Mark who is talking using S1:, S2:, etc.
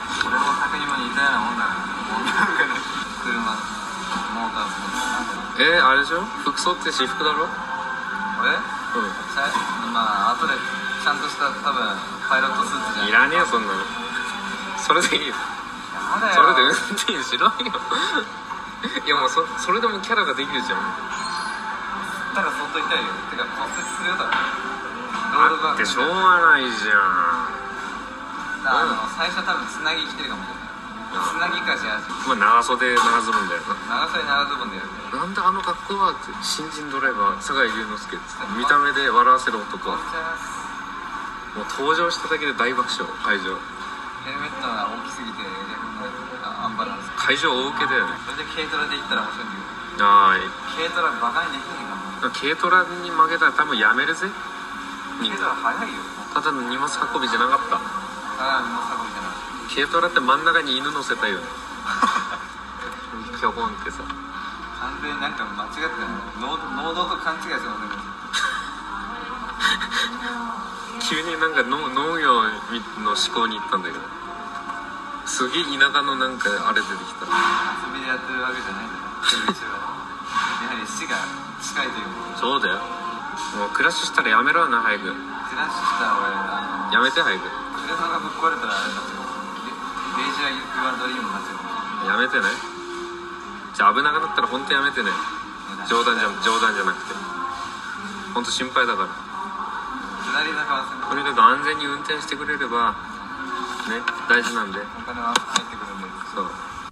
S1: えあれでしょ服装って私服だろうん
S2: 俺さまあ後でちゃんとした多分パイロットスーツじゃん
S1: いらねえよそんなのそれでいいよ
S2: やだよ
S1: それで運転しろよ いやもうそそれでもキャラができるじゃん
S2: たら相当痛いよてか骨折するよ多分ロール
S1: だ
S2: バ
S1: っ
S2: ッ
S1: て
S2: ク
S1: しょうがないじゃん
S2: あの最初多分つなぎ着てるかもしれないつなぎかじゃあ
S1: まあ長袖長ズボンだよな
S2: 長袖長ズボンでやる
S1: なんであの格好はって新人ドライバー酒井龍之介っつって見た目で笑わせる男
S2: ボン
S1: もう
S2: ジャース
S1: 登場しただけで大爆笑会場
S2: ヘルメットが大きすぎてあアンバランス
S1: 会場大受けだよね
S2: それで軽トラで行ったら面白いんだけど軽
S1: あ
S2: トラバカにできねえかも
S1: あ軽トラに負けたら多分やめるぜみん
S2: 軽トラ
S1: な
S2: 速いよ
S1: ただの荷物運びじゃなかった
S2: ああもうさこみたいな
S1: 軽トラって真ん中に犬乗せたよねひょこんってさ
S2: 完全になんか間違ってたよ能動と勘違いしてますね
S1: 急になんか農農業の思考に行ったんだけどすげえ田舎のなんかあれ出てきた
S2: 遊びでやってるわけじゃないんだよはやはり死が近いということ
S1: そうだよもうクラッシュしたらやめろよな早く
S2: クラッシュした俺あの
S1: やめて早く
S2: クレソンがぶっ壊れたらあれになっちゃうレレイジャー・ユーア・ドリームになっちゃう
S1: やめてねじゃあ危なくなったら本当やめてね冗談じゃ
S2: ん
S1: 冗談じゃなくて本当心配だから
S2: 下り坂は攻
S1: とにかく安全に運転してくれればね大事なんで
S2: めお金は入ってくるんで
S1: そう